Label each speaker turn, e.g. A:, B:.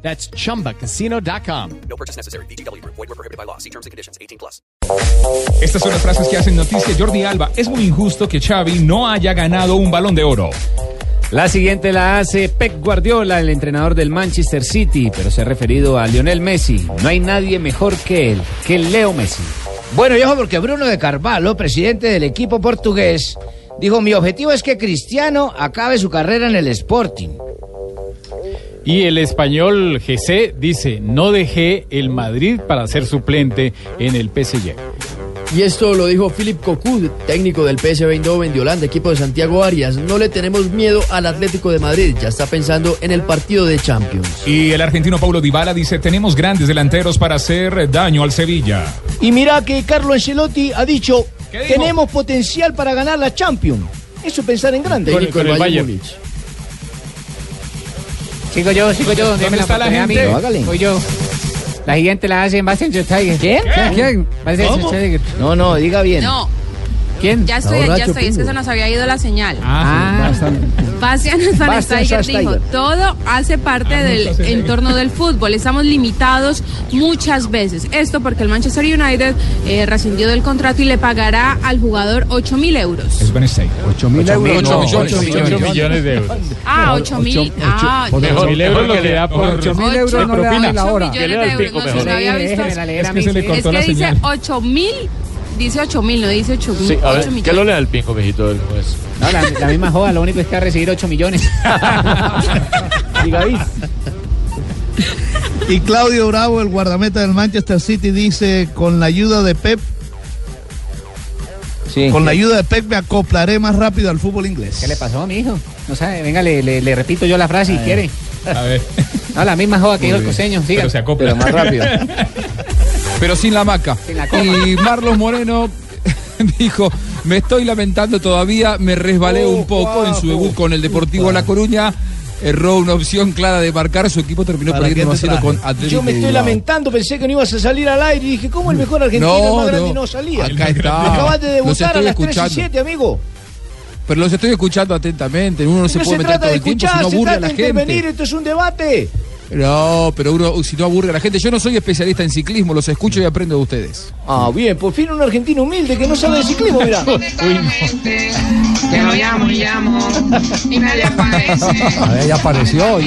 A: That's chumbacasino.com.
B: No purchase necessary. BGW. Void were prohibited by law. See terms and conditions. 18 plus.
C: Estas son las frases que hacen noticia. Jordi Alba, es muy injusto que Xavi no haya ganado un balón de oro.
D: La siguiente la hace Pep Guardiola, el entrenador del Manchester City, pero se ha referido a Lionel Messi. No hay nadie mejor que él, que Leo Messi.
E: Bueno, y ojo, porque Bruno de Carvalho, presidente del equipo portugués, dijo: Mi objetivo es que Cristiano acabe su carrera en el Sporting.
F: Y el español GC dice, no dejé el Madrid para ser suplente en el PSG.
G: Y esto lo dijo Philip Cocu, técnico del PSV Eindhoven de Holanda, equipo de Santiago Arias. No le tenemos miedo al Atlético de Madrid, ya está pensando en el partido de Champions.
C: Y el argentino Paulo Dybala dice, tenemos grandes delanteros para hacer daño al Sevilla.
E: Y mirá que Carlo Ancelotti ha dicho:
C: ¿Qué dijo?
E: Tenemos potencial para ganar la Champions. Eso es pensar en grande.
G: Técnico
F: con
G: del
F: el
G: Bayern
F: Bayern.
G: Múnich.
D: Sigo yo, sigo yo.
C: ¿Dónde
D: déme
C: está la
D: oportunidad,
C: gente?
D: amigo.
E: Hágale.
D: Voy yo. La siguiente la hace Bastian Schweinsteiger.
E: ¿Quién?
D: ¿Quién? Bastian
G: ¿Cómo?
D: Schweinsteiger.
E: No, no, diga bien.
H: No,
D: ¿Quién?
H: ya estoy,
G: Ahora
H: ya estoy. Es
G: Chopingo.
H: que se nos había ido la señal.
D: Ah,
H: Bastian
E: Bastian
H: Schweinsteiger dijo,
E: Schweinsteiger.
H: todo hace parte del entorno del fútbol. Estamos limitados muchas veces. Esto porque el Manchester United eh, rescindió del contrato y le pagará al jugador 8 mil euros.
C: Es Ben Stein.
G: 8 mil euros.
F: Ocho
G: No,
F: millones,
G: ocho
F: ocho
G: millones.
F: millones de euros.
H: Ah, 8 mil. Ah,
F: Ocho mil euros lo que da por...
C: Ocho
D: mil euros
H: ocho
D: no le dan
H: millones
D: la
H: de
D: hora.
H: euros,
F: Que le da el pico
H: no se
F: mejor.
H: lo había visto.
D: Déjemela leer a
C: Es que se
D: mí,
C: le
D: sí.
C: cortó.
H: Es que
C: la
H: dice
C: señal.
H: 8 mil, dice 8 mil, no dice 8 mil.
I: Sí, a ver,
H: ocho
I: ¿qué
H: millones.
I: lo le da el pingo, viejito? del juez?
D: No, la, la misma joda, lo único es que va a recibir 8 millones.
E: Diga ahí.
J: Y Claudio Bravo, el guardameta del Manchester City, dice, con la ayuda de Pep,
E: Sí.
J: con la ayuda de Pep me acoplaré más rápido al fútbol inglés.
D: ¿Qué le pasó, mi hijo? No sabe, venga, le, le- le repito yo la frase si quiere.
C: A ver,
D: No, la misma joda que dijo el coseño. Siga.
C: pero se acopla.
G: Pero más rápido.
C: pero sin la maca.
D: Sin la copa.
C: y Marlos Moreno dijo, me estoy lamentando todavía, me resbalé un poco en su debut con el Deportivo La Coruña. Erró una opción clara de marcar, su equipo terminó
J: ¿Para qué
C: perdiendo
J: te
C: 1 0
J: traje?
C: con Atlético
E: Yo me estoy
C: Bilbao.
E: lamentando, pensé que no ibas a salir al aire y dije, ¿cómo el mejor argentino el más grande no salía?
C: Acá está.
E: Acabas de
C: Los
E: debutar a
C: estoy
E: las 3 y
C: escuchando.
E: 7, amigo.
C: Pero los estoy escuchando atentamente. Uno no se
E: no
C: puede
E: se
C: meter
E: trata
C: todo
E: de
C: el tiempo si
E: escuchar,
C: no
E: se
C: aburre a
E: trata
C: la
E: de intervenir,
C: gente.
E: esto es un debate.
C: No, pero uno si no aburre a la gente. Yo no soy especialista en ciclismo, los escucho y aprendo de ustedes.
E: Ah, bien, por fin un argentino humilde que no sabe de ciclismo, mirá.
H: Te lo llamo y llamo y nadie aparece.
C: ya apareció.